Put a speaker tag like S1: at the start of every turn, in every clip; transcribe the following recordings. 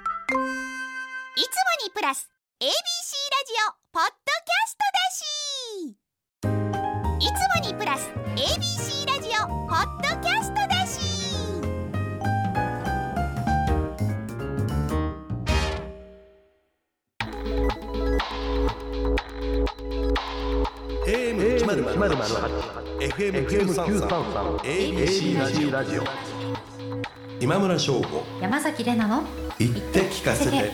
S1: いつもにプラス ABC ラジオポッドキャストだしいつもにプラス ABC ラジオポッドキャストだし
S2: AM1008
S3: まるまるまる
S2: FM933 ABC ラジオ今村翔吾
S4: 山崎れなの
S2: 言って聞かせて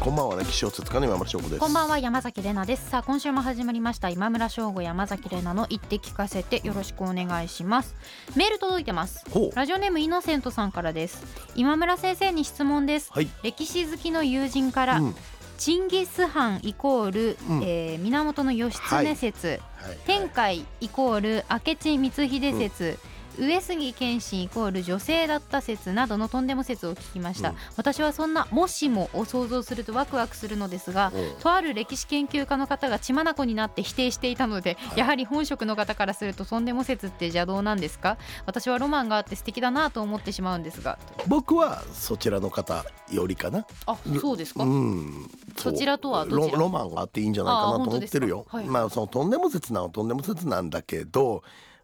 S2: こんばんはね気象つつかの今村翔吾です
S4: こんばんは山崎れなですさあ今週も始まりました今村翔吾山崎れなの言って聞かせてよろしくお願いしますメール届いてます
S2: ほう
S4: ラジオネームイノセントさんからです今村先生に質問です、
S2: はい
S4: 歴史好きの友人から、
S2: うん
S4: チンギス・ハンイコール、
S2: うん
S4: えー源義経説、
S2: はい
S4: 天海イコール明智光秀説、上杉謙信イコール女性だった説などのとんでも説を聞きました、
S2: うん
S4: 私はそんなもしもを想像するとワクワクするのですが
S2: うん
S4: とある歴史研究家の方が血眼になって否定していたので、
S2: い
S4: やはり本職の方からするととんでも説って邪道なんですか私はロマンがあって素敵だなと思ってしまうんですが
S3: 僕はそちらの方よりかな
S4: あそうですか、
S3: うんう
S4: そちらとはどちら
S3: ロロマンがあっていいんじゃないか
S4: あー
S3: なと思ってる
S4: 本
S3: よ、
S4: 当ですかはい
S3: まあそのとんでも説なのはとんでも説なんだけど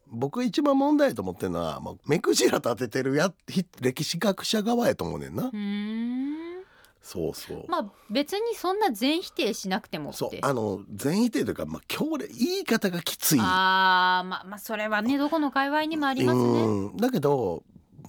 S3: 僕が一番問題と思ってるのは、まあ、目くじら立ててるやひ歴史学者側やと思うねんな、
S4: うーん
S3: そうそう、
S4: まあ別にそんな全否定しなくてもって
S3: そうあの全否定というか、まあ、強烈言い方がきつい
S4: あーまあまあそれはねどこの界隈にもありますね。
S3: うんだけど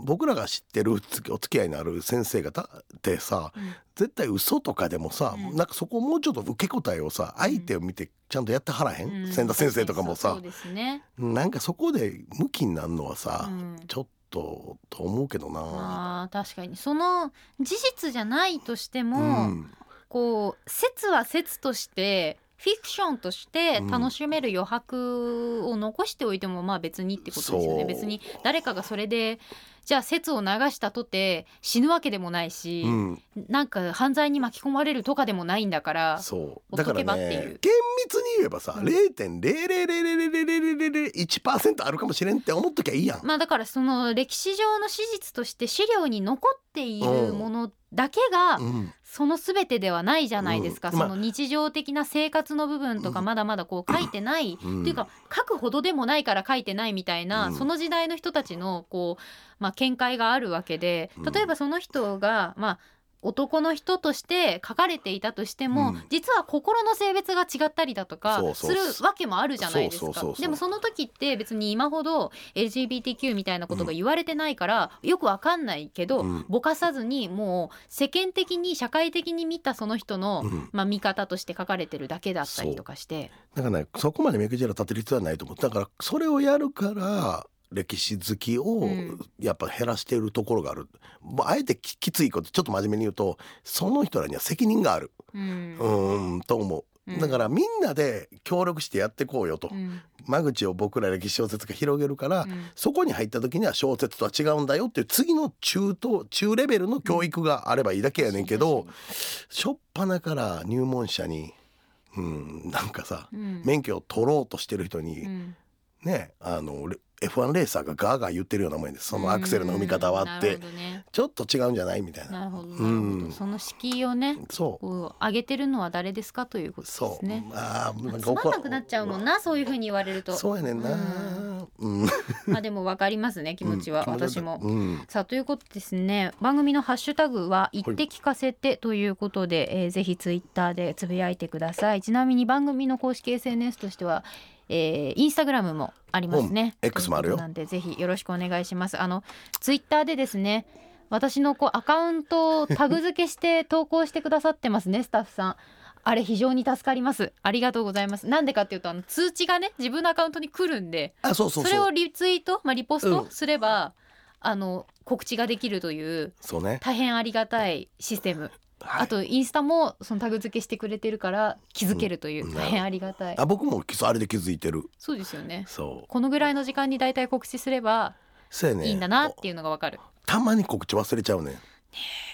S3: 僕らが知ってるつお付き合いのある先生方ってさ、
S4: うん
S3: 絶対嘘とかでもさ、
S4: うん
S3: なんかそこをもうちょっと受け答えをさ相手を見てちゃんとやってはらへん、
S4: うん
S3: 千田先生とかも
S4: そ
S3: さ
S4: うそうですね。
S3: なんかそこでムキになるのはさ、
S4: うん
S3: ちょっとと思うけどな。
S4: まあ確かにその事実じゃないとして
S3: う
S4: も、
S3: ん、
S4: こう説は説としてフィクションとして楽しめる余白を残しておいてもまあ別にってことですよ
S3: そ
S4: ね
S3: う
S4: 別に誰かがそれでじゃあ説を流したとて死ぬわけでもないし、
S3: うん、
S4: なんか犯罪に巻き込まれるとかでもないんだから
S3: そう
S4: ほ
S3: だ
S4: っ
S3: か
S4: とけば
S3: ら
S4: っていう
S3: ね厳密に言えばさ、
S4: うん
S3: 0.0000001%あるかもしれんって思っときゃいいやん。
S4: まあだからその歴史上の史実として資料に残っているものだけが
S3: うん
S4: その全てではないじゃないですか、
S3: うんま
S4: そ
S3: あ
S4: の日常的な生活の部分とか
S3: うん
S4: まだまだこう書いてない、
S3: うん
S4: っていうか書くほどでもないから書いてないみたいな、
S3: うん
S4: その時代の人たちのこう、まあ、見解があるわけで
S3: うん
S4: 例えばその人がまあ男の人として書かれていたとしても、
S3: うん
S4: 実は心の性別が違ったりだとか
S3: そう
S4: す
S3: そう
S4: るわけもあるじゃないです
S3: そうそうそう
S4: か
S3: そう
S4: でもその時って別に今ほど LGBTQ みたいなことが言われてないから、よくわかんないけど、
S3: うん
S4: ぼかさずにもう世間的に社会的に見たその人の、
S3: うん
S4: まあ、見方として書かれてるだけだったりとかして。
S3: だからねそこまで目くじら立てる必要はないと思うだからそれをやるから歴史好きを
S4: うん
S3: やっぱ減らしているところがある、まああえてききついことちょっと真面目に言うとその人らには責任がある
S4: うん
S3: うーんと思うだからみんなで協力してやっていこうよと、
S4: うん
S3: 間口を僕ら歴史小説が広げるから、
S4: うん
S3: そこに入った時には小説とは違うんだよっていう次の中等中レベルの教育があればいいだけやねんけど、しょっぱなから入門者にうんなんかさ、
S4: うん
S3: 免許を取ろうとしてる人に、
S4: うん
S3: ねあのレ F1 レーサーがガーガー言ってるようなもんやでそのアクセルの踏み方はあっ
S4: う
S3: て
S4: んなるほどね
S3: ちょっと違うんじゃないみたいな
S4: なるほどなるほど
S3: うん
S4: その敷居をね
S3: そう
S4: こう上げてるのは誰ですかということで
S3: そ
S4: す
S3: う、
S4: ね
S3: ああ
S4: つまんなくなっちゃうもんなそういうふうに言われると
S3: そうやねんなうん
S4: まあでもわかりますね気持ちは
S3: うん
S4: 私も
S3: うん
S4: さあということですね番組のハッシュタグは「言って聞かせて」ということで、えーぜひツイッターでつぶやいてくださいちなみに番組の公式 SNS としてはえーインスタグラムもありますね。
S3: うん X もあるよ
S4: ということなんでぜひよろしくお願いします。あのツイッターでですね、私のこうアカウントをタグ付けして投稿してくださってますね スタッフさん。あれ非常に助かります。ありがとうございます。なんでかっていうとあの通知がね自分のアカウントに来るんで、
S3: あそうそう
S4: それ
S3: そ
S4: を
S3: う
S4: リツイート、まあ、リポス
S3: う
S4: ト
S3: ん
S4: すれば、あの告知ができるという
S3: そうね
S4: 大変ありがたいシステム、
S3: はい
S4: あとインスタもそのタグ付けしてくれてるから気づけるという、
S3: うん
S4: 大変ありがたい
S3: あ僕もきあれで気づいてる
S4: そうですよね
S3: そう
S4: このぐらいの時間に大体告知すれば
S3: そうやね
S4: いいんだなっていうのがわかる、
S3: たまに告知忘れちゃうねん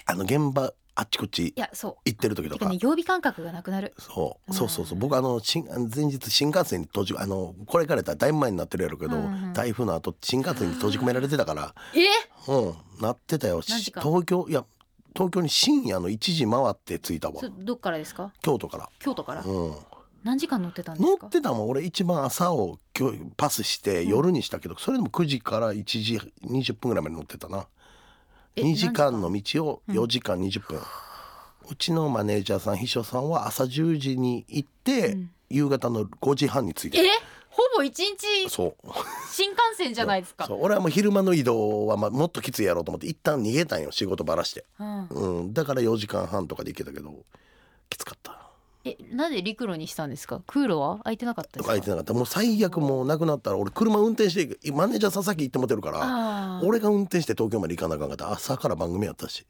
S3: あの現場あっちこっち
S4: いやそ
S3: 行ってる時
S4: う
S3: と
S4: てか
S3: か
S4: ね曜日感覚がなくなる
S3: そう
S4: うん
S3: そうそうそう僕あの新前日新幹線に閉じあのこれ行かれたらだいぶ前になってるやろうけど、
S4: うんうん
S3: 台風の後新幹線に閉じ込められてた から
S4: え
S3: うんなってたよ
S4: 何
S3: し
S4: 時間
S3: 東京いや東京に深夜の1時回って着いたわ
S4: そどっからですか
S3: 京都から、
S4: 京都から
S3: うん、
S4: 何時間乗ってたんです
S3: 乗
S4: か
S3: ってたもん俺一番朝を今日パスして
S4: うん
S3: 夜にしたけど、それでも9時から1時20分ぐらいまで乗ってたな
S4: え
S3: 2時間
S4: 何
S3: の道を
S4: うん
S3: 4時間20分、うちのマネージャーさん秘書さんは朝10時に行って、
S4: うん
S3: 夕方の5時半に着い
S4: え
S3: て
S4: ほぼ一日
S3: そう
S4: 新幹線じゃないですか
S3: そう俺はもう昼間の移動はまあもっときついやろうと思って一旦逃げたんよ仕事ばらして、
S4: うん
S3: うん、だから4時間半とかで行けたけどきつかった
S4: えなんで陸路にしたんですか空路は空いてなかったですか
S3: 空いてなかったもう最悪もうなくなったら俺車運転していくマネージャーさん先行ってもてるから
S4: ああ
S3: 俺が運転して東京まで行かなあかんかった朝から番組やったし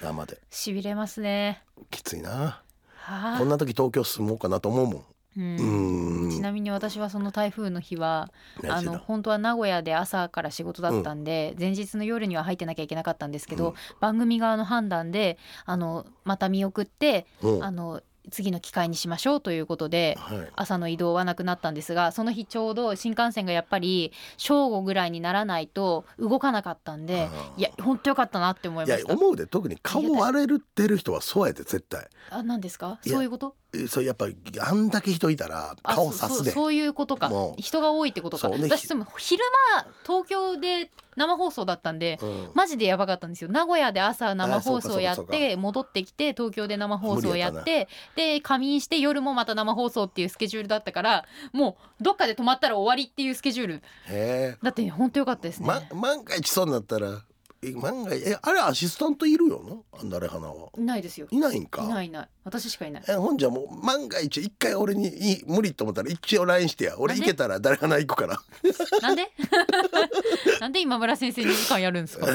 S3: 生で
S4: しびれますね
S3: きついな
S4: はあ
S3: こんな時東京住もうかなと思うも
S4: うん
S3: んうん
S4: ちなみに私はその台風の日は
S3: ね
S4: あ
S3: 知
S4: の
S3: らん
S4: 本当は名古屋で朝から仕事だったんで、前日の夜には入ってなきゃいけなかったんですけど、
S3: うん
S4: 番組側の判断であのまた見送って、
S3: うん
S4: あの次の機会にしましょうということで。
S3: はい
S4: 朝の移動はなくなったんですがその日ちょうど新幹線がやっぱり正午ぐらいにならないと動かなかったんで
S3: あー
S4: いや本当よかったなって思い
S3: い
S4: ま
S3: や
S4: した
S3: 思うで特に顔割れてる人はそうやで絶対
S4: あ何ですか
S3: いや
S4: そういうこと
S3: えそうやっぱりあんだけ人いたら
S4: あ
S3: 顔さす
S4: そう
S3: で
S4: そういうことか
S3: もう
S4: 人が多いってことか
S3: そうね
S4: 私でも昼間東京で生放送だったんで
S3: うん
S4: マジでやばかったんですよ名古屋で朝生放送や
S3: あそ
S4: っ
S3: うかそうかそ
S4: て戻ってきて東京で生放送や
S3: 無
S4: っ
S3: 理
S4: てで仮眠して夜もまた生放送っていうスケジュールだったからもうどっかで止まったら終わりっていうスケジュール
S3: へ
S4: だって本当よかったです
S3: え
S4: ね、
S3: ま万が一そうになったらえ万が一えあれアシスタントいるよなあんだれ花はい
S4: ないですよ
S3: いないんか
S4: いないいない私しかいない
S3: えほんじゃもう万が一一回俺にいい無理と思ったら一応 LINE してや俺
S4: なん
S3: 行
S4: で
S3: けたら誰かな行くから
S4: なんで なんで今村先生2時間やるんで すか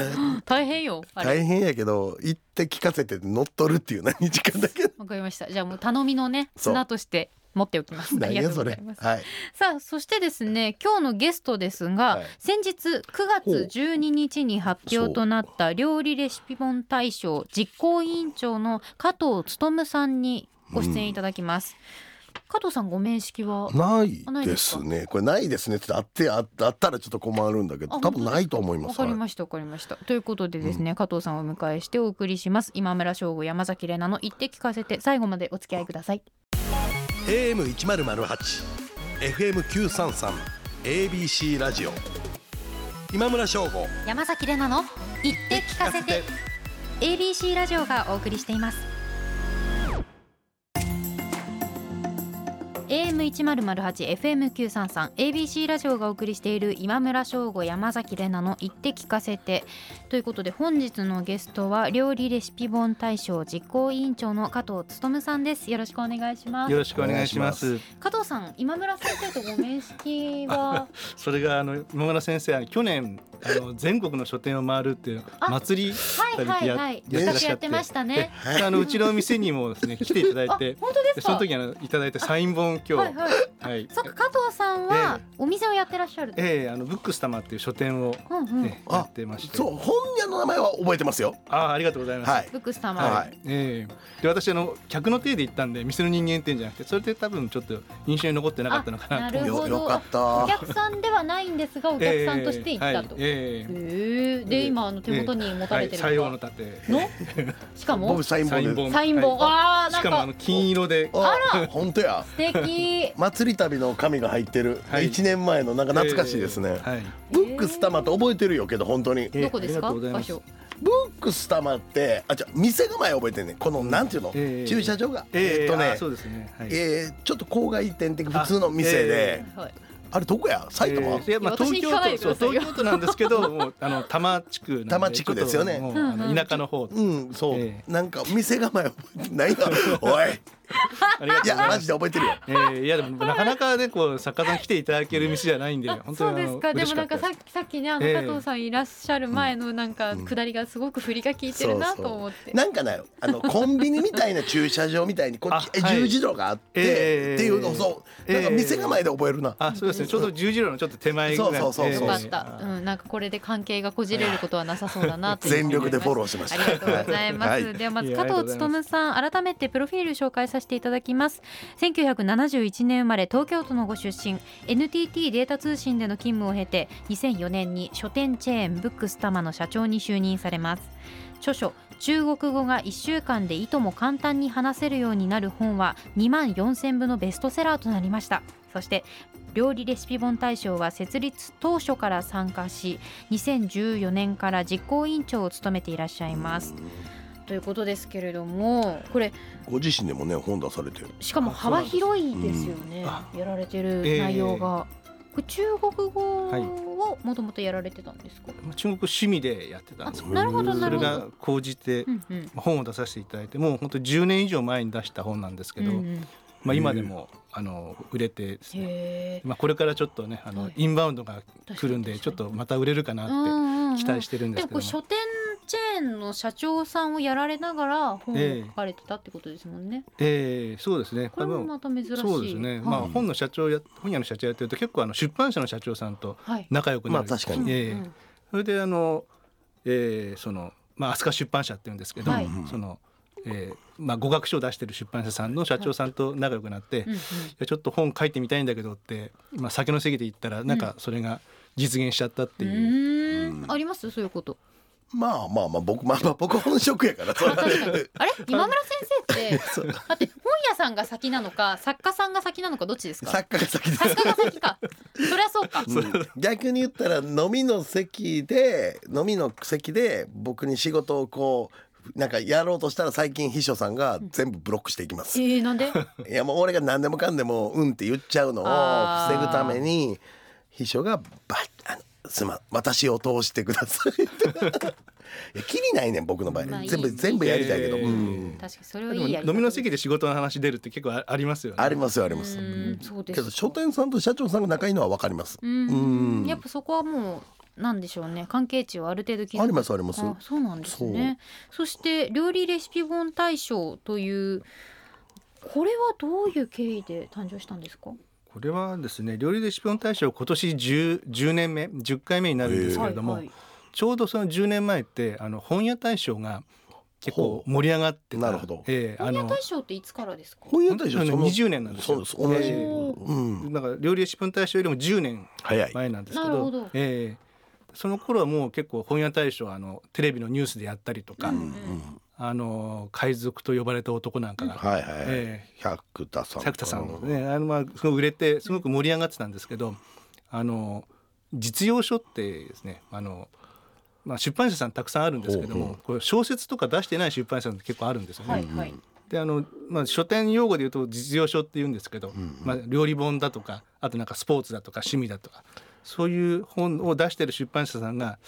S4: 大変よあれ
S3: 大変やけど行って聞かせて乗っ取るっていう何時間だけ
S4: わかりましたじゃあもう頼みのね
S3: そう
S4: 綱として持っておきますあ
S3: 何
S4: りが
S3: や
S4: と
S3: そ
S4: うござ
S3: れ
S4: います
S3: はい
S4: さあそしてですね今日のゲストですが、
S3: はい
S4: 先日9月12日に発表となった料理レシピ本大賞実行委員長の加藤勉さんにご出演いただきます、加藤さんご面識は
S3: な
S4: ない
S3: で
S4: いです
S3: す
S4: か
S3: ねこれないですねってあってああったらちょっと困るんだけど
S4: あ
S3: 多分ないと思いま
S4: わ
S3: す
S4: かり
S3: はい
S4: ましたわかりましたということでですね、加藤さんをお迎えしてお送りします今村翔吾山崎怜奈の言って聞かせて最後までお付き合いください
S2: AM 一ゼロゼ八、FM 九三三、ABC ラジオ。今村翔吾、
S4: 山崎怜奈の言って聞かせて ABC ラジオがお送りしています AM1008 FM933 ABC ラジオがお送りしている今村翔吾山崎怜奈の言って聞かせてということで本日のゲストは料理レシピ本大賞実行委員長の加藤勉さんですよろしくお願いします
S5: よろしくお願いします。
S4: 加藤さん今村先生とご面識 は
S5: それがあの今村先生、去年あの全国の書店を回るっていう
S4: あ
S5: 祭り
S4: はいはい
S5: や
S4: はい
S5: やってらっ
S4: 企
S5: し
S4: 画
S5: ゃ
S4: や
S5: っ
S4: って
S5: て
S4: ましたね
S5: であのうちのお店に もですね来ていただい
S4: あ
S5: て、
S4: 本当で
S5: ですそ
S4: か
S5: の時あのいただいたサイン本を今
S4: はい
S5: 日。
S4: はい
S5: はい。
S4: そっか加藤さんはお店をやってらっしゃると、
S5: ええあのブックス様っていう書店を、
S4: うんうん
S5: ね
S3: あ
S5: やってまして、
S3: そう本屋の名前は覚えてますよ
S5: ああありがとうございます。
S3: はい
S4: ブックス様、
S3: は
S5: はいい、ええで私あの客の手で行ったんで店の人間っていうんじゃなくてそれで多分ちょっと印象に残ってなかったのかなと
S4: なるほ
S3: よ
S4: ど
S3: よかった
S4: お客さんではないんですがお客さんとして行ったと、
S5: ええはいええ
S4: へえで今あの手元に持た
S5: は
S4: れ
S5: い、
S4: てる
S5: 採用の
S4: のが
S5: 盾。
S4: のしかも
S3: 僕サイン
S5: サ
S3: 本
S5: イン
S3: で
S5: 本。
S4: サイン本、
S5: はい
S4: あーな
S5: し
S4: ん
S5: かもあ
S4: か
S5: の金色で。
S3: あら本当や
S4: 素 敵
S3: 祭り旅の紙が入ってる
S5: はい
S3: 一年前のなんか懐かしいですね
S5: はい。
S3: ブックス玉って覚えてるよけど本当に
S5: え
S4: どこです
S5: あ
S4: か
S5: りがとうござい
S4: 場
S5: ます
S4: 所
S3: ブックス玉ってあじゃ店構え覚えてんねんこのなんていうの、
S5: ええ
S3: 駐車場が
S5: ええ
S3: っとね
S5: あそうですね。はい。
S3: えーちょっと郊外店的普通の店で
S5: え
S4: はい
S3: あれどこや埼玉、
S5: ええいやまあ
S4: いや私
S5: 東京
S4: 行かないで
S5: 都
S4: くだ
S5: そう
S4: さいよ
S5: 東京都なんですけど もうあの多摩地区なんで
S3: 多摩地区ですよね
S5: ちょっともうあの
S4: うんうん
S5: 田舎の方
S3: うんそう、
S5: え
S3: なんか店構え覚えてないなおい
S5: ありがとう
S3: い
S5: ご
S3: や
S5: ざいます
S3: マジで覚えてるよ
S5: えーいやでもなかなかねこう作家さん来ていただける店じゃないんで本
S4: そ
S5: 当
S4: う
S5: にあ
S4: で
S5: の
S4: すか。で
S5: 嬉し
S4: も
S5: か
S4: な
S5: っ
S4: んかさ
S5: たです
S4: っきさっきねあの
S5: ええ
S4: 加藤さんいらっしゃる前のなんか下りがすごく振りが効いてるなと思って。
S3: なんかねあのコンビニみたいな駐車場みたいにこっちえ
S5: あはい
S3: 十字路があって、
S5: ええ
S3: っていうのそうなんか店構えで覚えるな、
S5: あそうですねちょうど十字路のちょっと手前ぐらい
S3: そうそうそう
S5: えー
S3: そ
S4: よ
S3: う
S4: かった。うん、なんかこれで関係がこじれることはなさそうだなと。
S3: 全力でフォローしました
S4: ありがとうございます。
S3: はい
S4: ではまず
S5: いや
S4: 加
S5: ありがとう
S4: 藤
S5: ございま
S4: 勉
S5: す
S4: さん、改めてプロフィール紹介させていただきます。1971年生まれ、東京都のご出身、NTT データ通信での勤務を経て、2004年に書店チェーンブックスタマの社長に就任されます。著書中国語が1週間でいとも簡単に話せるようになる本は2万4000部のベストセラーとなりましたそして料理レシピ本大賞は設立当初から参加し2014年から実行委員長を務めていらっしゃいますということですけれどもこれ
S3: ご自身でもね本出されてる
S4: しかも
S5: あそうな
S4: 幅
S5: んです
S4: 広いですよね
S5: うんあ
S4: やられてる
S5: ええ
S4: 内容が、これ中国語
S5: はい
S4: をもともとやられてたんですか、
S5: まあ中国趣味でやってたん
S4: あ
S5: ですけ
S4: なるほど
S5: ど
S4: な
S5: そ
S4: る
S5: れ
S4: ほ
S5: が
S4: ど、
S5: 高じて
S4: うんうん
S5: 本を出させていただいてもう本当10年以上前に出した本なんですけど、
S4: うんうん、
S5: まあ、今でもあの売れてですね、
S4: へえ
S5: まあ、これからちょっとねあ
S4: は
S5: の
S4: い
S5: インバウンドが来るんで
S4: 確
S5: ちょ
S4: かに確かに
S5: っとまた売れるか
S4: うん
S5: なっ
S4: うんうん
S5: て期待してるんで
S4: ですも
S5: け
S4: これ
S5: ど
S4: 書店チェーンの社長さんをやられながら本
S5: え
S4: を
S5: え
S4: 書かれてたってことですもんね。
S5: ええそうですね
S4: これもまた珍しい。
S5: そうですね、まあ、
S4: はい
S5: 本の社長や本屋の社長やってると結構あの出版社の社長さんと
S4: はい。
S5: 仲良くな
S3: まあ
S5: る、
S3: 確かに
S5: ええ
S4: うんうん
S5: それであの、ええそのまあ飛鳥出版社っていうんですけど、
S4: はい
S5: その、ええまあ、語学書を出してる出版社さんの社長さんと仲良くなって、
S4: うんうん
S5: いやちょっと本書いてみたいんだけどって、まあ、酒の席で言ったらなんかそれが実現しちゃったっていう、
S4: うーんありますそういうこと。
S3: まあまあまあ僕まあまあ僕は本職やからそれ
S4: あ 確か に。あれ今村先生ってだって本屋さんが先なのか作家さんが先なのかどっちですか。
S3: 作家が先です
S4: 作家が先か。そりゃ そうか。
S3: うん逆に言ったら飲みの席で飲みの席で僕に仕事をこうなんかやろうとしたら最近秘書さんが全部ブロックしていきます、
S4: ええなんで。
S3: いやもう俺が何でもかんでもうんって言っちゃうのを
S4: あー
S3: 防ぐために秘書がバッあのすまん私を通してくださ いっていやきりないねん僕の場合、
S4: まあいい
S3: 全部全部やりたいけど、
S5: えー
S3: うん
S4: 確かにそれを
S5: で
S4: い
S5: も
S4: いやり方
S5: 飲みの席
S4: で
S5: で仕事の話出るって結構あありますよね。
S3: ありますよあ
S4: あ
S3: ります、
S4: そう
S3: け
S4: ですか。
S3: ど書店さんと社長さんが仲いいのは分かります、
S4: うん
S3: うん
S4: やっぱそこはもうなんでしょうね関係値をある程度決
S3: ありますあります
S4: あそうなんですねそして料理レシピ本大賞というこれはどういう経緯で誕生したんですか
S5: これはですね料理レシピ本大賞今年 10, 10年目10回目になるんですけれども、
S4: はいはい
S5: ちょうどその10年前ってあの本屋大賞が結構盛り上がってた
S3: なるほど
S5: ええ
S4: 本
S5: あ
S4: 屋
S5: の
S4: 大賞っていつからですか
S3: 本屋大賞その
S5: 20年なんですよ
S3: そうです同じ、
S5: ええ
S3: うん、
S5: なんか料理レシピ本大賞よりも10年
S3: 早い
S5: 前なんですけど,、
S4: なるほど
S5: ええその頃はもう結構本屋大賞はあのテレビのニュースでやったりとか、
S4: うん
S5: あの海賊と呼ばれた男なんかが、
S3: はいはい、
S5: ええ
S3: 百田さん
S5: 作田さんのねあのまあすごい売れてすごく盛り上がってたんですけどあの実用書ってですねあの、まあ、出版社さんたくさんあるんですけども
S3: ほうほ
S5: これ小説とか出してない出版社って結構あるんですよね。
S4: はいはい
S5: であの、まあ、書店用語で言うと実用書って言うんですけど、まあ、料理本だとかあとなんかスポーツだとか趣味だとかそういう本を出してる出版社さんが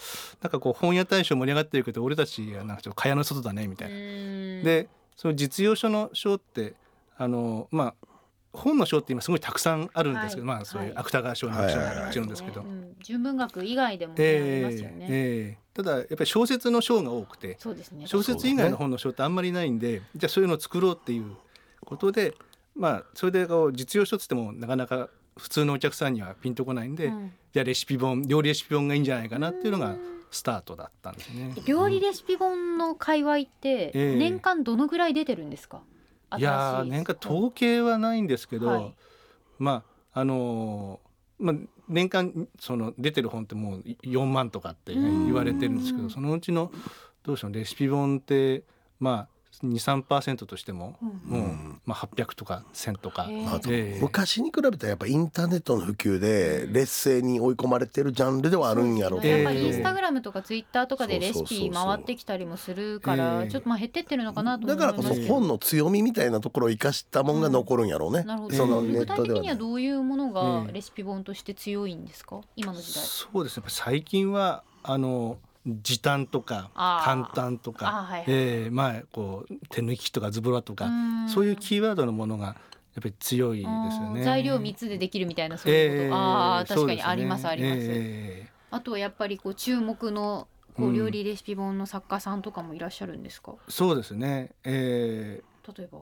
S5: なんかこう本屋大賞盛り上がってるけど俺たちはなんかちょっと蚊帳の外だねみたいな。
S4: で
S5: でその実用書の賞ってあのまあ本の賞って今すごいたくさんあるんですけど、
S4: はい
S5: まあそうい
S4: は
S5: う
S4: い
S5: 芥川賞の賞
S3: はいはい
S5: も
S3: はい
S5: もちろんですけど、
S4: 純文学以外でもねあり
S5: え
S4: ます
S5: え
S4: よね、
S5: ええただやっぱり小説の賞が多くて
S4: そうですね
S5: 小説以外の本の賞ってあんまりないんで、じゃあそういうのを作ろうっていうことでまあそれでこう実用書っつってもなかなか普通のお客さんにはピンとこないんで、
S4: うん
S5: じゃあレシピ本料理レシピ本がいいんじゃないかなっていうのがスタートだったんですね。
S4: 料理レシピ本の界隈って
S5: ええ
S4: 年間どのぐらい出てるんですか、
S5: いやー年間統計はないんですけど、
S4: はい
S5: まああのーまあ、年間その出てる本ってもう4万とかってね、
S4: うん
S5: 言われてるんですけどそのうちのどうでしょうレシピ本ってまあ23%としても、
S4: う
S5: もう、まあ、800とか1000とか。
S4: へー
S3: まあ
S5: ええ
S3: 昔に比べたらやっぱインターネットの普及で劣勢に追い込まれてるジャンルではあるんやろう
S4: やっ
S5: え
S4: ぱりイン
S5: え
S4: スタグラムとかツイッターとかでレシ
S3: そうそう
S4: ピ
S3: そうそう
S4: 回ってきたりもするから
S5: ええ
S4: ちょっとまあ減ってってるのかなと思
S3: だ
S4: い
S3: か
S4: ま
S3: ら
S4: すけ
S3: こ
S4: ど
S3: そ本の強みみたいなところを生かしたもんが残るんやろうね、
S4: なるほど
S3: そのネ
S4: 具
S3: ッ
S4: 体
S3: ト
S4: 的
S3: では、
S4: には
S3: ね、
S4: どういうものが
S5: ええ
S4: レシピ本として強いんですか今の時代
S5: そうですね最近はあの時短とか
S4: あー
S5: 簡単と
S4: あー
S5: か
S4: はいはい
S5: えーまあこう手抜きとかズボラとか
S4: ん
S5: そういうキーワードのものがやっぱり強いですよ
S4: う
S5: ね。
S4: ん材料3つでできるみたいなそういうこと、ああ確かにありますあります、あとはやっぱりこう注目のこ
S5: う
S4: うん料理レシピ本の作家さんとかもいらっしゃるんですか、
S5: す。そうですね。え
S4: 例えば
S5: ー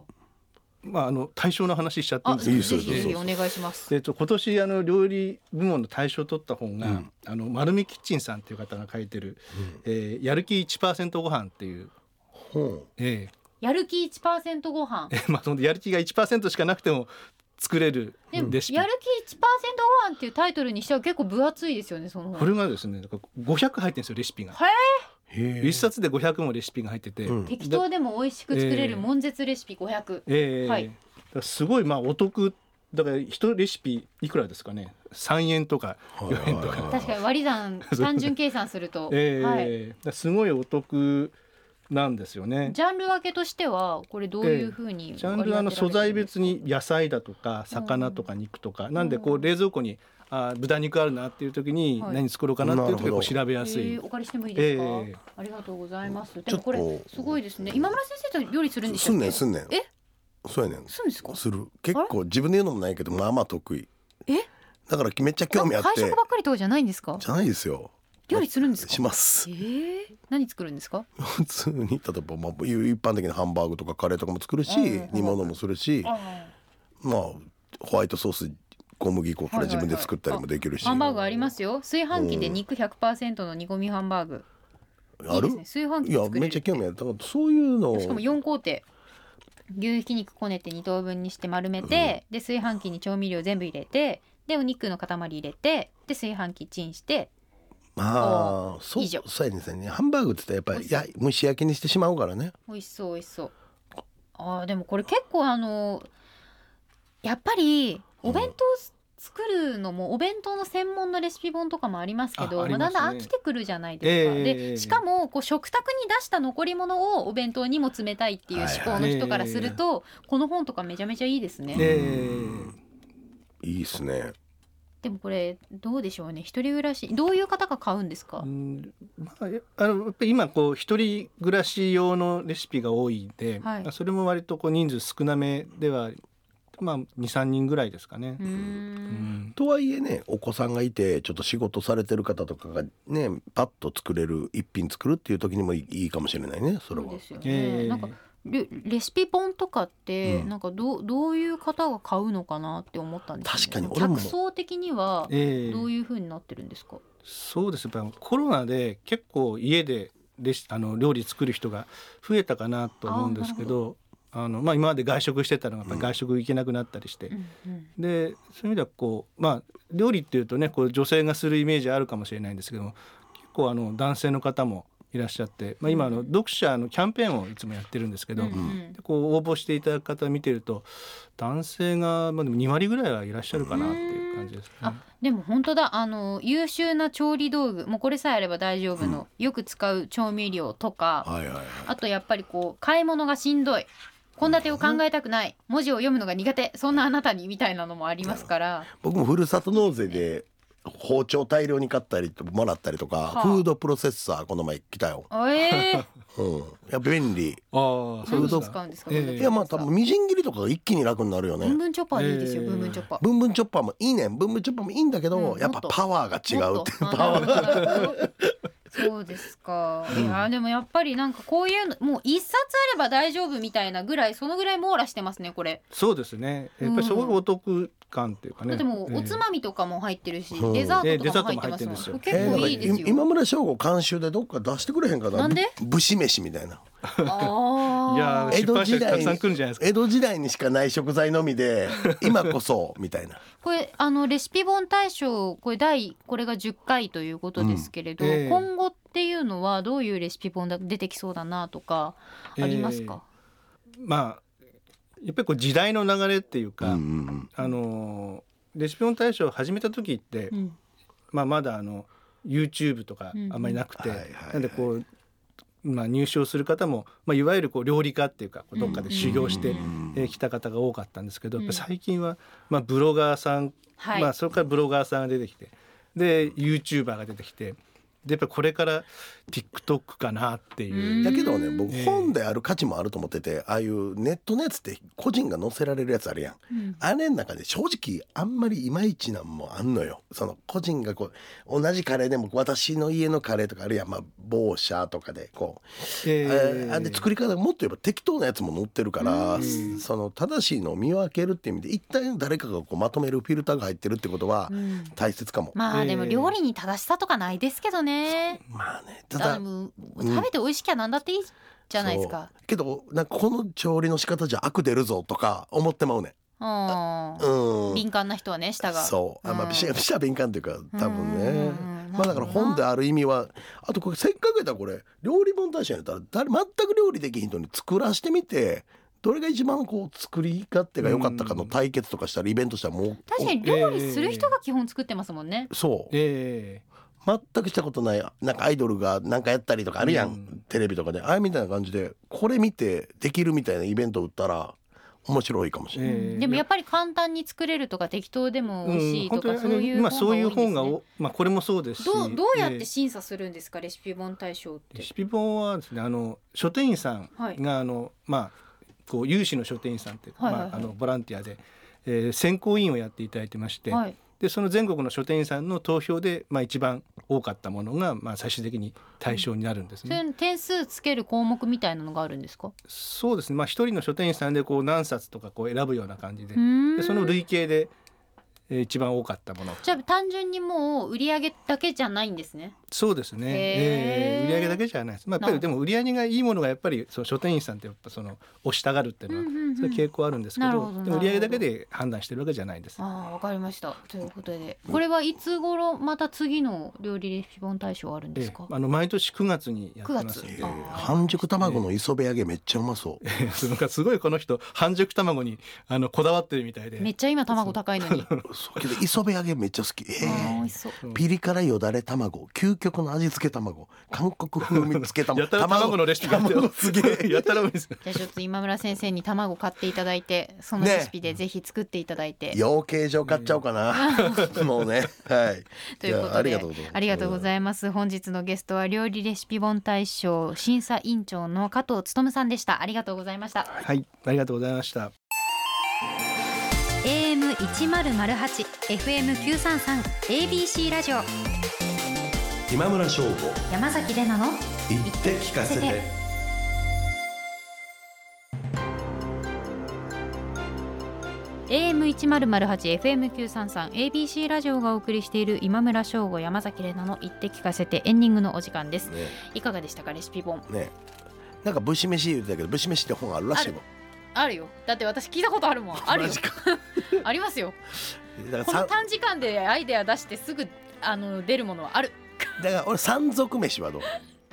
S5: まああの対象の話しちゃっていい
S4: あ
S5: んです
S4: ぜ
S5: か
S4: ひ
S3: いです
S4: ぜ
S3: よ
S4: ひぜひお願いします
S5: でちょ今年あの料理部門の大賞を取った本が、あの丸美キッチンさんという方が書いてる「えーやる気1%ご飯っていう、
S3: ほ
S5: え
S4: やる気1%ご飯
S5: ー まあ、そのやる気が1%しかなくても作れる
S4: でも
S5: レシピ
S4: やる気1%ご飯っていうタイトルにしては結構分厚いですよねその
S5: こ
S4: 本
S5: れがですねだから500入ってるんですよレシピが
S4: は。
S3: うへえ
S5: 一冊で500もレシピが入ってて、
S3: うん
S4: 適当でも美味しく作れる悶絶レシピ500、
S5: えー
S4: はい
S5: だからすごいまあお得だから一レシピいくらですかね3円とか
S3: はい
S5: 4円とか
S3: はい
S4: 確かに割り 算単純計算すると、
S5: えー
S4: はい、
S5: だからすごいお得なんですよね。
S4: ジャンル分けとしてはこれどういうふうに
S5: ジャンルはあ
S4: 割り
S5: の
S4: 当
S5: 素
S4: てられ
S5: 材
S4: てるんです
S5: 別に野菜だとか魚とか肉とか、なんでこう冷蔵庫にあー豚肉あるなっていう時に
S4: はい
S5: 何作ろうかなってい
S3: なる
S5: う時はこ
S3: ほ
S5: う
S3: ど
S5: 調べやすい、
S4: えーお借りしてもいいですか、
S5: ええ
S4: ありがとうございますで
S3: ちょっ
S4: も
S3: と
S4: これすごいですね今村先生と料理するんでし
S3: す
S4: ょ
S3: んねんすんねん
S4: え
S3: そうやねん
S4: するんですか
S3: する結構自分で言うのもないけどまあまあ得意
S4: え
S3: だからめっちゃ興味あっ
S4: 会
S3: て
S4: 食ばっかりとかじゃないんですか
S3: じゃないですよ
S4: 料理するんですか
S3: します
S4: えー、何作るんですか
S3: 普通に例えば、まあ、一般的なハンバーグとかカレーとかも作るし、
S4: うん
S3: 煮物もするし、まあホワイトソース小麦粉これ
S4: はいはい
S3: 自
S4: はい
S3: 分で作ったりもできるし、
S4: ハンバーグありますよ炊飯器で肉100%の煮込みハンバーグいいですね炊飯器
S3: い
S4: で
S3: や
S4: 作
S3: め
S4: れ
S3: っちゃ
S4: る
S3: 興味あるだからそういうのを
S4: しかも4工程牛ひき肉こねて2等分にして丸めて、で炊飯器に調味料全部入れてでお肉の塊入れてで炊飯器チンして
S3: ああそう
S4: 以上
S3: そうやねんそうやねんハンバーグって言ったらやっぱりや蒸し焼きにしてしまうからね
S4: 美味しそう美味しそうあーでもこれ結構あのやっぱりお弁当す作るのもお弁当の専門のレシピ本とかもありますけど
S5: ああり
S4: まあ
S5: ますね
S4: だんだん飽きてくるじゃないですか、
S5: ええ
S4: でしかもこう食卓に出した残り物をお弁当にも詰めたいっていう思考の人からすると、この本とかめちゃめちゃいいですね。
S5: え
S3: いいっすね
S4: でもこれどうでしょうね一人暮らしどういう方が買うんですか、
S5: ーうんまあ、やあのやっぱり今こう一人暮らし用のレシピが多いんで、
S4: はい
S5: まあそれも割とこう人数少なめでは、まあ、23人ぐらいですかね
S4: う。ー
S5: うんん
S3: とはいえねお子さんがいてちょっと仕事されてる方とかがねパッと作れる一品作るっていう時にもいいいいかもしれないねそれ
S4: そ
S3: は
S4: うですよね、
S5: ええ
S4: なんかレレシピ本とかって、
S3: うん
S4: なんかどうどういう方が買うのかなって思ったんですよね
S3: 確かに俺も
S4: 客層的には
S5: ええ
S4: どういう風になってるんですか、
S5: そうですやっぱコロナで結構家でレシあの料理作る人が増えたかなと思うんですけどあの、まあ、今まで外食してたのがやっぱり外食行けなくなったりして、
S4: うんうん
S5: でそういう意味ではこう、まあ、料理っていうとねこう女性がするイメージあるかもしれないんですけども結構あの男性の方もいらっしゃって、まあ、今あの読者のキャンペーンをいつもやってるんですけど、
S4: うんうん
S5: でこう応募していただく方見てると男性が、まあ、でも2割ぐらいはいらっしゃるかなっていう感じですね。
S4: あでも本当だあの優秀な調理道具もうこれさえあれば大丈夫の、よく使う調味料とか、
S3: はいはいはい
S4: あとやっぱりこう買い物がしんどい献立を考えたくない文字を読むのが苦手そんなあなたにみたいなのもありますから
S3: 僕もふるさと納税で包丁大量に買ったりともらったりとか、
S4: はあ
S3: フードプロセッサーこの前来たよ、
S4: ええ
S3: うん、いや便利
S5: ああ
S4: 何に
S5: です
S4: 使うんですか、
S5: ええ
S4: この
S3: いやまあ多分みじん切りとかが一気に楽になるよ
S4: ブン
S3: ね
S4: ブンチョッパーいいですよ、
S5: えー
S4: ブンブンチョッパー。
S3: ブンブンチョッパーもいいねんブンブンチョッパーもいいんだけど、
S4: うん
S3: やっぱパワーが違うっていう
S4: もっと
S3: パワー
S4: あなるほどそうですか、いやでもやっぱりなんかこういうのもう一冊あれば大丈夫みたいなぐらいそのぐらい網羅してますねこれ
S5: そうですね。やっぱりすごいお得感っていうかね。
S4: だってもうおつまみとかも入ってるし、
S3: うん
S4: デザート
S5: えデザ
S4: と
S5: ー
S4: か
S5: ト
S4: も
S5: も
S4: 入
S5: 入
S4: っ
S5: ってて
S4: まもん、
S5: ますすよ
S4: 結構いいです
S3: えーなん
S4: よ、
S3: か今村翔吾監修でどっか出してくれへんかな
S4: なんで
S3: 武士飯みたいな
S4: あ
S5: いや
S4: あ
S5: ー
S3: え
S5: 出版社たくさん来るんじゃないですか。
S3: 江戸時代にしかない食材のみで今こそみ たいな
S4: これあのレシピ本大賞これ第これが10回ということですけれど、
S5: うんええ
S4: 今後っていうのはどういうレシピ本が出てきそうだなとかありますか、
S5: まあやっぱりこう時代の流れっていうか、
S3: うん
S5: あのーレシピ本大賞を始めた時って、
S4: うん
S5: まあまだあの YouTube とか
S4: うん
S5: あんまりなくて、
S3: はいはいはい
S5: なんでこう。まあ、入賞する方も、まあ、いわゆるこう料理家っていうかこうどっかで修行して
S3: ん
S5: えー来た方が多かったんですけど、
S4: うん
S5: やっぱ最近は、まあ、ブロガーさん
S4: はい
S5: まあ、それからブロガーさんが出てきてで YouTuber が出てきてでやっぱりこれから TikTok かなっていう、
S4: うん
S3: だけどね僕
S5: ええ
S3: 本である価値もあると思っててああいうネットのやつって個人が載せられるやつあるやん
S4: うん
S3: あれの中で正直あんまりいまいちなんもあんのよその個人がこう同じカレーでも私の家のカレーとかあるいはまあ某社とかでこう、
S5: え
S3: え
S5: ー
S3: ーあれで作り方もっと言えば適当なやつも載ってるから
S5: ん
S3: その正しいのを見分けるっていう意味で一体誰かがこうまとめるフィルターが入ってるってことは
S4: うん
S3: 大切かも。
S4: ま
S5: え
S4: あ
S5: ー
S4: でも料理に正しさとかないですけどね。
S3: まあねた
S4: だ
S3: だ
S4: 食
S3: ん
S4: べて美味しきゃなんだっていいじゃないですか。
S3: そうけどなんかこの調理の仕方じゃ悪出るぞとか思ってまうね
S4: うん
S3: うん
S4: 敏感な人はね舌が。
S3: そうあま
S4: う
S3: あ
S4: ん
S3: ピシャピシャ敏感というか多分
S4: うん
S3: ね
S4: うん
S3: まあだから本で
S4: な
S3: ある意味はあとこれせっかくやったらこれ料理本大賞やったら誰全く料理できひん人に作らしてみてどれが一番こう作り勝手が良かったかの対決とかしたらイベントしたらもう
S4: 確かに料理する人が基本作ってますもんね。
S3: おそう
S5: え
S3: 全くしたことないなんかアイドルがなんかやったりとかあるやん、
S5: うん
S3: テレビとかでああいうみたいな感じでこれ見てできるみたいなイベント打ったら面白いかもしれ
S5: ー
S3: ない。
S5: えー
S4: でもやっぱり簡単に作れるとか適当でも美味しいとか、
S5: うん本当
S4: そう
S5: にあ
S4: い
S5: の
S4: う
S5: 今そういう
S4: 本
S5: 本
S4: が
S5: が
S4: 多い
S5: お、まあ、これもそうですし
S4: どうどうやって
S5: えー
S4: 審査するんですか、レシピ本大賞って
S5: レ。シピ本はですねあの書店員さんが、
S4: はい
S5: あのまあこう有志の書店員さんって、
S4: はいはいはい
S5: まあ、あのボランティアで、えー選考委員をやっていただいてまして、
S4: はい。
S5: でその全国の書店員さんの投票で、まあ、一番多かったものが、まあ、最終的に対象になるんです
S4: そう
S5: ね。
S4: いう点数つける項目みたいなのがあるんですか。
S5: そうですね、まあ、一人の書店員さんでこう何冊とかこう選ぶような感じで,、
S4: うーん
S5: でその累計で、えー一番多かったもの
S4: じゃあ単純にもう売り上げだけじゃないんですね。
S5: そうですね、
S4: へー
S5: えー売り上げだけじゃないです、まあ、やっぱりでも売り上げがいいものがやっぱりその書店員さんってやっぱその押したがるっていうのは、
S4: うんうんうん
S5: そういう傾向あるんですけ
S4: な
S5: ど
S4: るほど
S5: でも売り上げだけで判断してるわけじゃないです。
S4: ああわかりました。ということでこれはいつ頃また次の料理レシピ本大賞あるん
S5: え
S4: ですか
S5: え。あの毎年9月にやって
S4: 九
S5: ます
S4: 月
S5: んで。
S4: あー
S3: 半熟卵の磯辺揚げめっちゃうまそう。
S5: なんかすごいこの人半熟卵にあのこだわってるみたいで
S4: めっちゃ今卵高いのに。
S3: そうけど磯辺揚げめっちゃ好き。え
S4: あー
S3: ー
S4: 美味しそう。
S3: ピリ辛よだれ卵究極の味付け卵韓国風味付け卵
S5: やたら卵のレシピがあって
S3: 卵すげえ
S5: やたら多いですよ
S4: じゃあちょっと今村先生に卵買っていただいてその
S3: ね
S4: レシピでぜひ作っていただいて、
S3: 養鶏場買っちゃおうかなもうねはい
S4: ということで
S3: やありがとうございます
S4: ありがとうございます本日のゲストは料理レシピ本大賞審査委員長の加藤勉さんでしたありがとうございました
S5: はいありがとうございました
S4: AM 一ゼロゼ八 FM 九三三 ABC ラジオ
S2: 今村翔吾
S4: 山崎れなの
S2: 言って聞かせて
S4: ？AM 一ゼロゼ八 FM 九三三 ABC ラジオがお送りしている今村翔吾山崎れなの言って聞かせてエンディングのお時間です。
S3: ね
S4: いかがでしたかレシピ本？
S3: ねなんか武士飯言ってたけど武士飯って本あるらしいもん
S4: あるよ。だって私聞いたことあるもん。あるよ
S3: マジ。
S4: ありますよ。
S3: だか
S4: こ
S3: らさ
S4: の短時間でアイデア出してすぐあの出るものはある。
S3: だから俺山賊飯はどう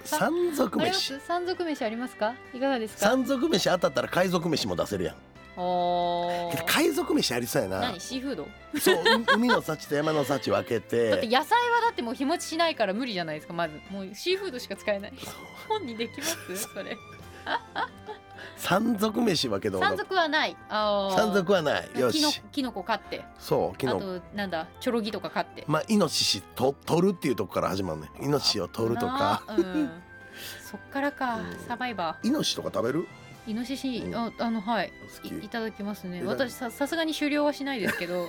S4: さ
S3: 山賊
S4: ありま
S3: 飯
S4: す。山賊飯ありますか？いかがですか？
S3: 山賊飯当たったら海賊飯も出せるやん
S4: お
S3: けど
S4: ー。
S3: 海賊飯ありそうやな
S4: 何シーフード？
S3: そうう海の幸と山の幸分け
S4: だって
S3: て
S4: 野菜はだってもう日持ちしないから無理じゃないですかまずもうシーフードしか使えない本にでき ますそれ
S3: 山賊飯はけど
S4: 山賊はないあー
S3: 山賊はないよ
S4: キノ
S3: し
S4: キノコ飼って
S3: そう
S4: あ
S3: 昨日
S4: となんだチョロギとか飼って
S3: まあイノシシと取るっていうとこから始まるねイノシシを取るとか
S4: なうんそっからか
S3: うん
S4: サバイバ
S3: イノシシとか食べる
S4: ーイノシシ
S3: うん
S4: ああのはい
S3: 好き
S4: いいただきますね
S3: え
S4: 私ささすがに終了はしないですけ ど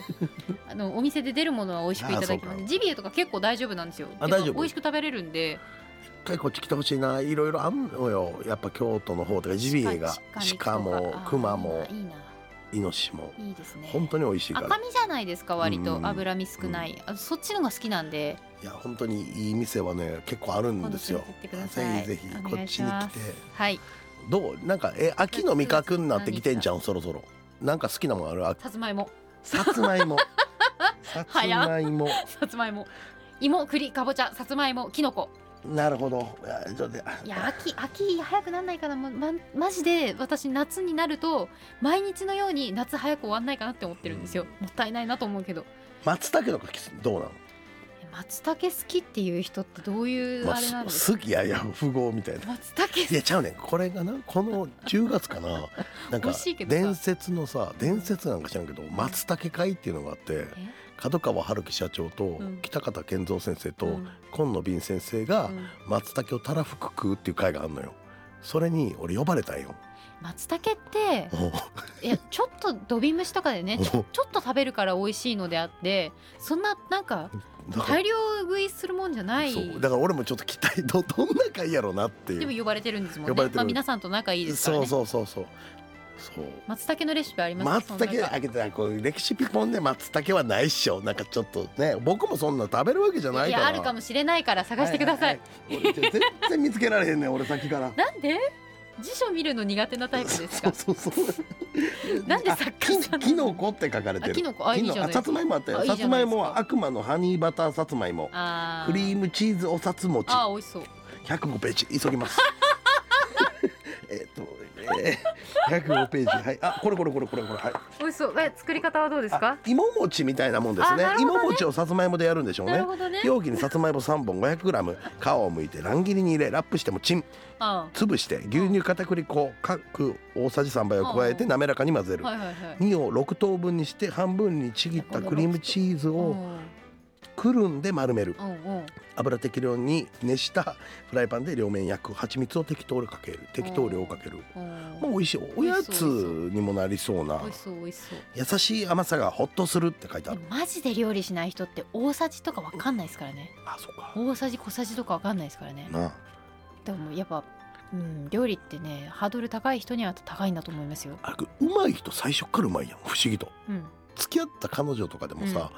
S4: あのお店で出るものは美味しくいただきま
S3: あそう
S4: す
S3: か
S4: ジビエとか結構大丈夫なんですよ
S3: あ
S4: てか
S3: 大丈夫
S4: 美味しく食べれるんで
S3: 一回こっち来てほしいないろいろあんのよやっぱ京都の方とかジビエが
S4: 鹿
S3: 鹿
S4: 鹿肉とか
S3: も
S4: あー
S3: 熊も
S4: いいな
S3: イノシシも
S4: いいないいですね
S3: 本当に美味しいから
S4: 赤身じゃないですか割
S3: う
S4: と
S3: ん
S4: 脂身少ない、あそっちのが好きなんで
S3: いや本当にいい店はね結構あるんですよ
S4: 今度連れてってくだ
S3: ぜひぜひ
S4: さいお
S3: こ
S4: 願
S3: っ
S4: い
S3: ち
S4: し
S3: に
S4: ま
S3: 来
S4: す
S3: て
S4: はい
S3: どうなんかえ秋の味覚になってきてんじゃんそろそろなんか好きなもんあるあ
S4: さつまいも
S3: さつまいもさつまいも
S4: さつまいも芋栗かぼちゃさつまいもきのこ
S3: なるほどいやちょっとあ
S4: いや秋秋早くなんないかなままマジで私夏になると毎日のように夏早く終わんないかなって思ってるんですよもったいないなと思うけど
S3: 松茸とかどうなの
S4: え松茸好きっていう人ってどういう
S3: まあ
S4: あれなんです
S3: す好
S4: か、
S3: きやいや富豪みたいな。
S4: 松茸好き
S3: いやちゃうねんこれがなこの10月か ななん
S4: 美
S3: か
S4: 味しいけどさ
S3: 伝説のさ伝説なんか知らんけど松茸会っていうのがあって
S4: え
S3: 角川春樹社長と
S4: うん
S3: 北方健三先生
S4: う
S3: と
S4: ん
S3: 紺野敏先生が
S4: うん
S3: 松茸をたらふく食うっていう会があるのよそれに俺呼ばれたんよ
S4: 松 茸って
S3: おう
S4: いやちょっと土瓶蒸しとか でねちょちょっと食べるから美味しいのであってそんななんか
S3: だから
S4: 大量食いするもんじゃない
S3: そうだから俺もちょっと期待どどんな会やろうなっていう
S4: でも呼ばれてるんですも
S3: 呼
S4: ん
S3: ば
S4: ね
S3: れてる
S4: まあ皆さんと仲いいですから
S3: そう
S4: ね
S3: そうそうそうそう
S4: 松茸のレシピあります
S3: 松茸あげてたこう歴史ピポンで松茸はないっしょなんかちょっとね僕もそんな食べるわけじゃないいから
S4: やあるかもしれないから探してください
S3: ははは俺全然見つけられへんねん俺先から
S4: なんで辞書見るの苦手なタイプです か
S3: そうそうそう
S4: なんで作家さんなの
S3: あききのこって書かれてる
S4: あきのこあいいじゃな
S3: きのあ
S4: い
S3: さつまいもあった
S4: あ
S3: よ
S4: いいじゃ
S3: さ
S4: ないですか
S3: つまいもは悪魔のハニーバターさつまいも
S4: あ
S3: クリー
S4: ム
S3: ムチーズおさつ餅
S4: あー美味しそう
S3: 105ページ急ぎ ますえっと、えー、105ページはいあこれこれこれこれこれはい
S4: 美味しそうえ作り方はどうです
S3: あ
S4: か
S3: 芋餅みたいなもんですね
S4: あなるほどね
S3: 芋餅をさつまいもでやるんでしょう
S4: な
S3: ね
S4: るほどね
S3: 容器にさつまいも3本 500g 皮をむいて乱切りに入れラップしてもチン
S4: あ
S3: 潰して牛乳片栗粉各大さじ3杯を加えて
S4: うん
S3: 滑らかに混ぜ
S4: ー
S3: る
S4: はいはいはい
S3: 2を6等分にして半分にちぎったクリームチーズ
S4: うん
S3: をくるんで丸める
S4: うんうん
S3: 油適量に熱したフライパンで両面焼く蜂蜜を適当にかける適当量をかける
S4: うん
S3: まあ美味しいおやつにもなりそうな
S4: 美味しそう美味しそう
S3: 優しい甘さがホッとするって書いてあ
S4: で
S3: る
S4: もマジで料理しない人って大さじとかわかんないですからね
S3: あそうか
S4: 大さじ小さじとかわかんないですからね
S3: なあ
S4: でもやっぱ、うん、料理ってねハードル高い人には高いんだと思いますよ、
S3: あれうまい人最初からうまいやん不思議と
S4: うん、
S3: 付き合った彼女とかでもさ、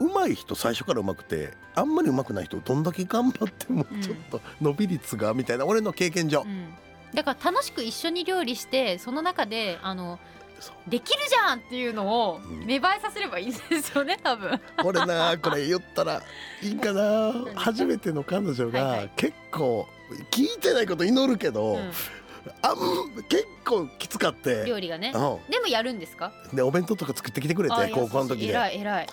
S3: うまい人最初からうまくてあんまりうまくない人どんだけ頑張っても
S4: うん
S3: ちょっと伸び率がみたいな俺の経験上、
S4: うん、だから楽しく一緒に料理してその中であの
S3: そう
S4: できるじゃんっていうのを
S3: うん
S4: 芽生えさせればいいんですよね多分
S3: 俺なこれ言ったらいいかな
S4: 何
S3: 初めての彼女
S4: はいは
S3: が
S4: い
S3: 結構聞いてないこと祈るけど、
S4: うん
S3: あん結構きつかって、
S4: 料理がね
S3: う
S4: でもやるるんですか
S3: ん、でお弁当とか作ってきてくれ
S4: あ
S3: て
S4: 優しい
S3: 高校の時
S4: 偉
S3: で
S4: い偉い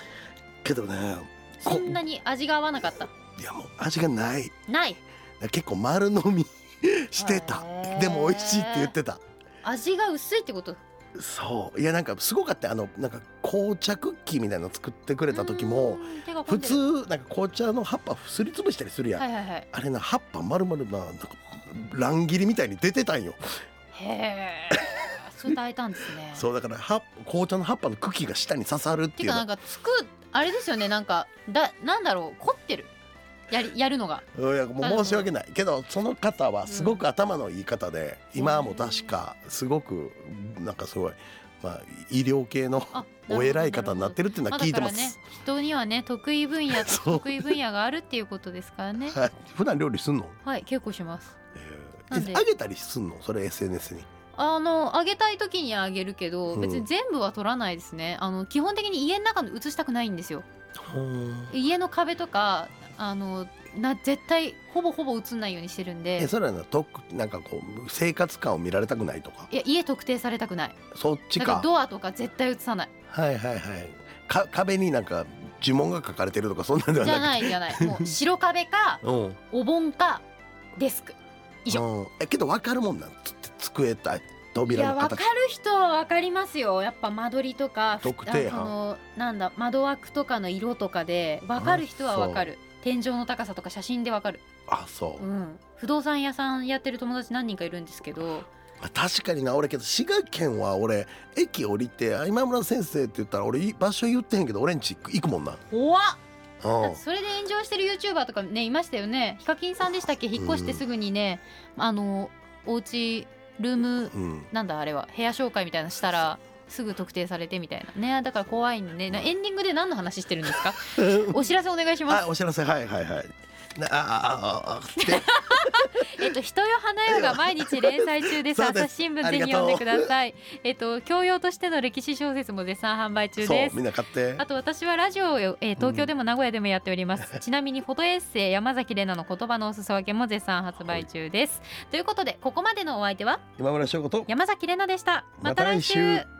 S3: けどねこ
S4: そんなに味が合わなかった
S3: いやもう味がない
S4: ない
S3: 結構丸飲み してた
S4: へー
S3: でも美味しいって言ってた
S4: 味が薄いってこと
S3: そういやなんかすごかったあのなんか紅茶クッキーみたいなの作ってくれた時
S4: う
S3: も
S4: ーん手が込
S3: 普
S4: んでる
S3: 通なんか紅茶の葉っぱすりつぶしたりするやん、
S4: はいはいはい
S3: あれな葉っぱ丸々ななんか乱切りみたいに出てたんよ
S4: へえ それ大胆ですね
S3: そうだから葉っ紅茶の葉っぱの茎が下に刺さるって
S4: て
S3: いう
S4: か
S3: の
S4: なんかつくあれですよねなんかだなんだろう凝ってるやりやるのが
S3: いやもう申し訳ないけどその方はすごく頭のいい方で、
S4: うん
S3: 今はもう確かすごくなんかすごい、まあ、医療系の
S4: あ
S3: お偉い方になってるっていうの
S4: ま
S3: は
S4: あだ
S3: 聞い
S4: か
S3: てま
S4: ら
S3: す。
S4: ね人にはね得意分野と
S3: そう
S4: 得意分野があるっていうことですからね
S3: はい、普段料理すんの、
S4: はい結構します
S3: え
S4: なん
S3: ー、
S4: で
S3: えあげたりすんのそれ SNS に
S4: あのあげたい時にあげるけど、
S3: うん
S4: 別に全部は取らないですねあの基本的に家の中の写したくないんですよ家の壁とかあのな絶対ほぼほぼ写んないようにしてるん
S3: え
S4: で
S3: それはなとなんかこう生活感を見られたくないとか
S4: いや家特定されたくない
S3: そっち
S4: だ
S3: か
S4: からドアとか絶対写さない
S3: はいはいはいか壁になんか呪文が書かれてるとかそんなんでは
S4: じ
S3: な
S4: ゃ
S3: く
S4: ないじゃないも う白壁か
S3: うん
S4: お盆かデスク以上
S3: うん、えけど分かるもんなんつつ机とあ
S4: い
S3: 扉
S4: や
S3: の
S4: 分か
S3: 形
S4: る人は分かりますよやっぱ間取りとかふ
S3: 特定
S4: あ
S3: 班
S4: のなんだ窓枠とかの色とかで分かる人は分かる天井の高さとか写真で分かる、
S3: あそう、
S4: う
S3: ま
S4: ん、不動産屋さんやってる友達何人かいるんですけど
S3: あ、確かにな俺けど滋賀県は俺駅降りてあ今村先生って言ったら俺い場所言ってへんけど俺んち行くもんな
S4: 怖っだ
S3: うん
S4: ってそれで炎上してる YouTuber とかねいましたよねヒカキンさんでしたっけ引っ越してすぐにね、あのお家ルーム
S3: うん
S4: なんだあれは部屋紹介みたいなのしたらすぐ特定されてみたいなねだから怖いんでねなエンディングで何の話してるんで すかお知らせお願いします
S3: あお知らせはいはいはいなあああああって
S4: えっと人よ花よが毎日連載中です
S3: そうです
S4: 朝日新聞ぜひ読んでくださいえっと教養としての歴史小説も絶賛販売中
S3: そう
S4: です
S3: みんな買って
S4: あと私はラジオを、えー東京でも名古屋でもやっております、 ちなみにフォトエッセイ山崎怜奈の言葉のお裾分けも絶賛発売中です、ということでここまでのお相手は
S3: 今村翔吾と
S4: 山崎怜奈でしたまた来週
S3: また来週